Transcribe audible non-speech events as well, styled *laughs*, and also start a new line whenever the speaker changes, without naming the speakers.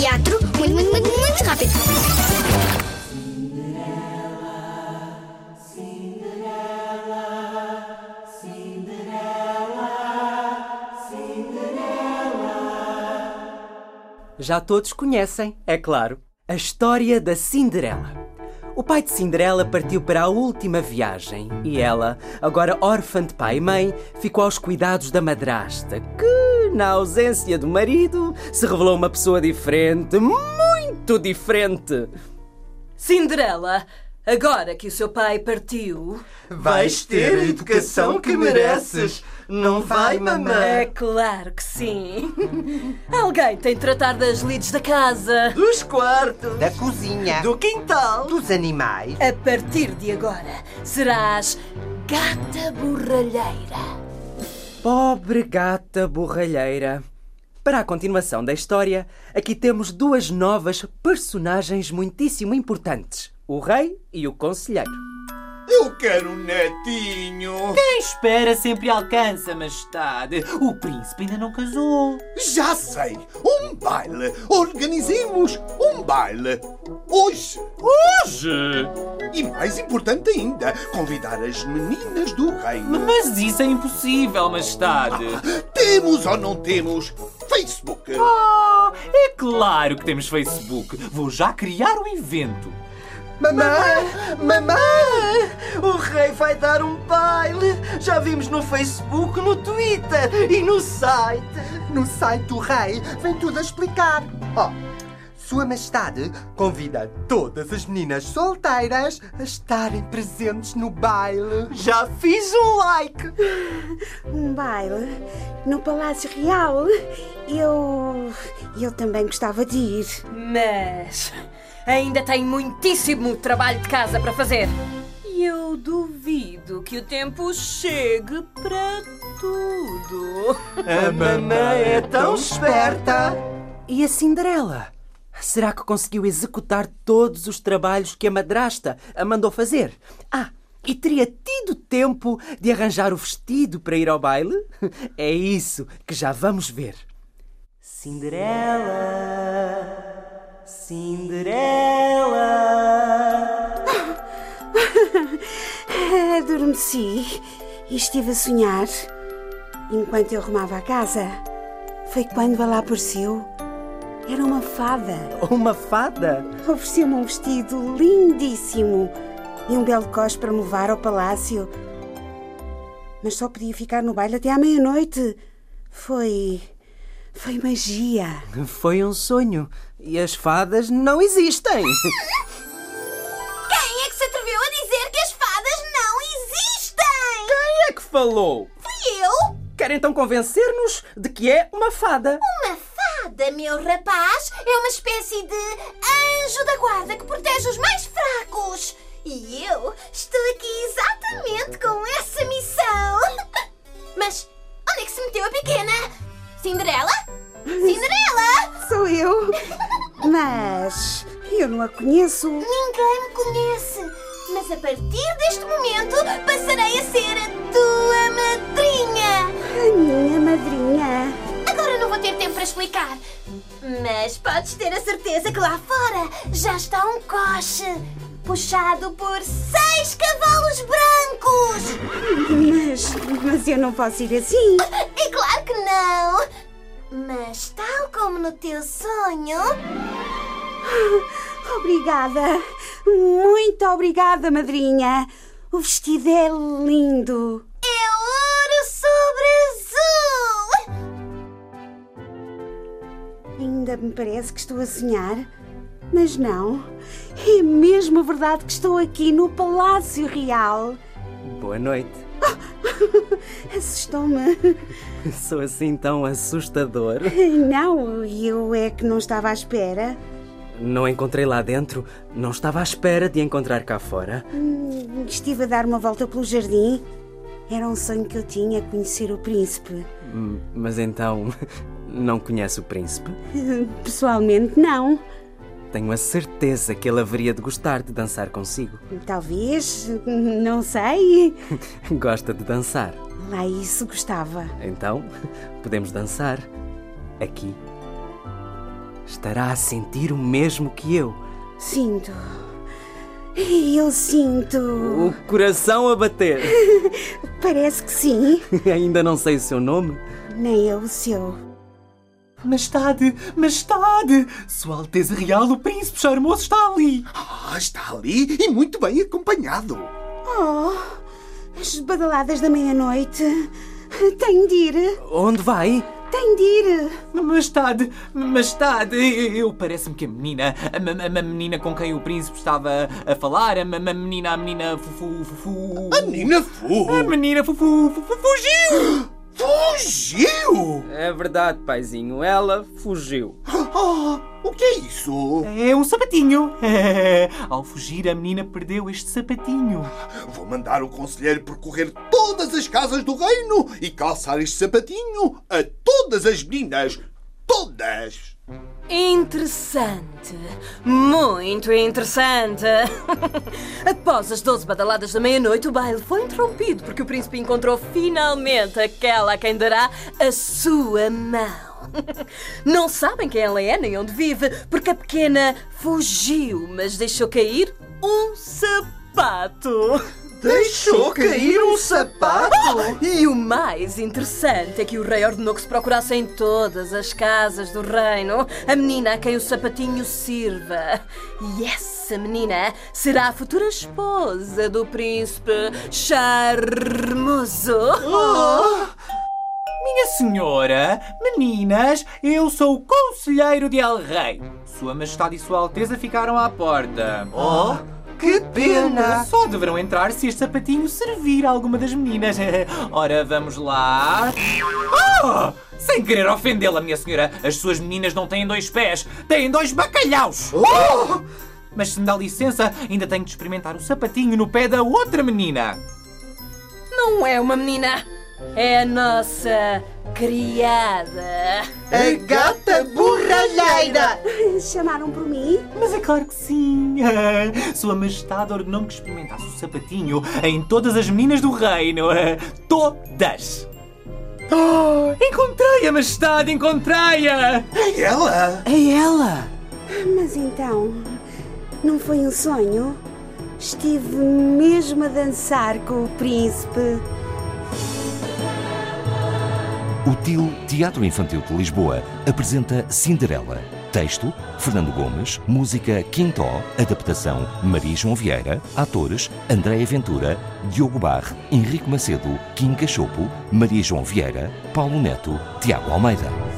teatro muito, muito, muito, muito rápido.
Já todos conhecem, é claro, a história da Cinderela. O pai de Cinderela partiu para a última viagem e ela, agora órfã de pai e mãe, ficou aos cuidados da madrasta, que, na ausência do marido, se revelou uma pessoa diferente, muito diferente.
Cinderela, agora que o seu pai partiu.
Vais ter a educação que mereces. Não vai,
É
mamãe.
claro que sim. Alguém tem de tratar das lides da casa.
Dos quartos.
Da cozinha,
Do quintal.
dos animais.
A partir de agora, serás gata borralheira.
Pobre gata borralheira. Para a continuação da história, aqui temos duas novas personagens muitíssimo importantes: o rei e o conselheiro.
Eu quero um netinho.
Quem espera sempre alcança, majestade. O príncipe ainda não casou.
Já sei. Um baile. Organizemos um baile. Hoje. Hoje? E mais importante ainda, convidar as meninas do reino.
Mas isso é impossível, majestade.
Temos ou não temos Facebook?
Oh, é claro que temos Facebook. Vou já criar um evento.
Mamãe! Mamãe! O rei vai dar um baile! Já vimos no Facebook, no Twitter e no site!
No site do rei vem tudo a explicar. Oh, Sua Majestade convida todas as meninas solteiras a estarem presentes no baile.
Já fiz um like!
Um baile no Palácio Real. Eu. Eu também gostava de ir. *laughs*
Mas ainda tem muitíssimo trabalho de casa para fazer. E eu duvido que o tempo chegue para tudo.
A mamãe é tão esperta!
E a Cinderela? Será que conseguiu executar todos os trabalhos que a madrasta a mandou fazer? Ah, e teria tido tempo de arranjar o vestido para ir ao baile? *laughs* É isso que já vamos ver. Cinderela, Cinderela.
Adormeci e estive a sonhar. Enquanto eu arrumava a casa, foi quando ela apareceu. Era uma fada.
Uma fada?
Ofereceu-me um vestido lindíssimo e um belo cos para me levar ao palácio. Mas só podia ficar no baile até à meia-noite. Foi. Foi magia.
Foi um sonho. E as fadas não
*laughs*
existem.
Quem é que se atreveu a dizer que as fadas não existem?
Quem é que falou?
Fui eu?
Quer então convencer-nos de que é uma fada?
Uma fada, meu rapaz, é uma espécie de anjo da guarda que protege os mais fracos. E eu estou aqui exatamente com essa missão. *laughs* Mas onde é que se meteu a pequena?
*laughs*
Cinderela? Cinderela?
Sou eu. Mas eu não a conheço.
Ninguém me conhece. Mas a partir deste momento passarei a ser a tua madrinha.
A minha madrinha.
Agora não vou ter tempo para explicar. Mas podes ter a certeza que lá fora já está um coche puxado por seis cavalos brancos.
Mas, mas eu não posso ir assim.
É claro que não. Mas tal como no teu sonho,
*laughs* Obrigada. Muito obrigada, madrinha. O vestido é lindo.
é ouro sobre azul.
Ainda me parece que estou a sonhar. Mas não. É mesmo verdade que estou aqui no Palácio Real.
Boa noite.
Assustou-me. *laughs*
Sou assim tão assustador.
Não, eu é que não estava à espera.
Não encontrei lá dentro, não estava à espera de encontrar cá fora.
Hum, Estive a dar uma volta pelo jardim. Era um sonho que eu tinha conhecer o príncipe. *laughs*
Hum, Mas então, não conhece o príncipe?
Pessoalmente, não.
Tenho a certeza que ele haveria de gostar de dançar consigo.
Talvez, não sei.
Gosta de dançar.
Lá isso gostava.
Então, podemos dançar aqui.
estará a sentir o mesmo que eu.
Sinto. Ai, Eu sinto.
O coração a bater.
*laughs*
Parece que sim.
Ainda não sei o seu nome.
Nem eu o seu.
Majestade, majestade! Sua Alteza Real, o Príncipe Charmoso está ali!
Ah, está ali e muito bem acompanhado.
Oh, as badaladas da meia-noite. Tenho de ir.
Onde vai?
Tenho de ir.
Majestade, majestade! Eu parece-me que a menina, a, ma- ma- ma- menina com quem o Príncipe estava a falar, a, ma- ma- menina, a menina, fufu, fufu...
A Nina Fu
A menina, fufu, fufu, fugiu!
fugiu!
É verdade, paizinho. Ela fugiu.
Ah, o que é isso?
É um sapatinho! *laughs* Ao fugir, a menina perdeu este sapatinho.
Vou mandar o conselheiro percorrer todas as casas do reino e calçar este sapatinho a todas as meninas. Todas!
Interessante. Muito interessante. *laughs* Após as 12 badaladas da meia-noite, o baile foi interrompido porque o príncipe encontrou finalmente aquela a quem dará a sua mão. *laughs* Não sabem quem ela é nem onde vive, porque a pequena fugiu, mas deixou cair um sapato.
Deixou cair um sapato?
E o mais interessante é que o rei ordenou que se procurasse em todas as casas do reino a menina a quem o sapatinho sirva. E essa menina será a futura esposa do príncipe charmoso.
Minha senhora, meninas, eu sou o conselheiro de El Rei. Sua Majestade e Sua Alteza ficaram à porta.
Oh, que pena!
Só deverão entrar se este sapatinho servir a alguma das meninas. *laughs* Ora, vamos lá. Ah! Sem querer ofendê-la, minha senhora, as suas meninas não têm dois pés, têm dois bacalhaus.
Oh!
Mas se me dá licença, ainda tenho de experimentar o sapatinho no pé da outra menina.
Não é uma menina, é a nossa criada.
A gata borralheira!
Chamaram por mim?
Mas é claro que sim! *laughs* Sua Majestade ordenou-me que experimentasse o sapatinho em todas as meninas do reino! *laughs* Todas! *gasps* Oh, encontrei-a, Majestade! Encontrei-a!
É ela!
É ela!
Mas então, não foi um sonho? Estive mesmo a dançar com o príncipe.
O TIL Teatro Infantil de Lisboa apresenta Cinderela. Texto: Fernando Gomes. Música: Quintó. Adaptação: Maria João Vieira. Atores: Andréa Ventura, Diogo Barre, Henrique Macedo, Kim Cachopo, Maria João Vieira, Paulo Neto, Tiago Almeida.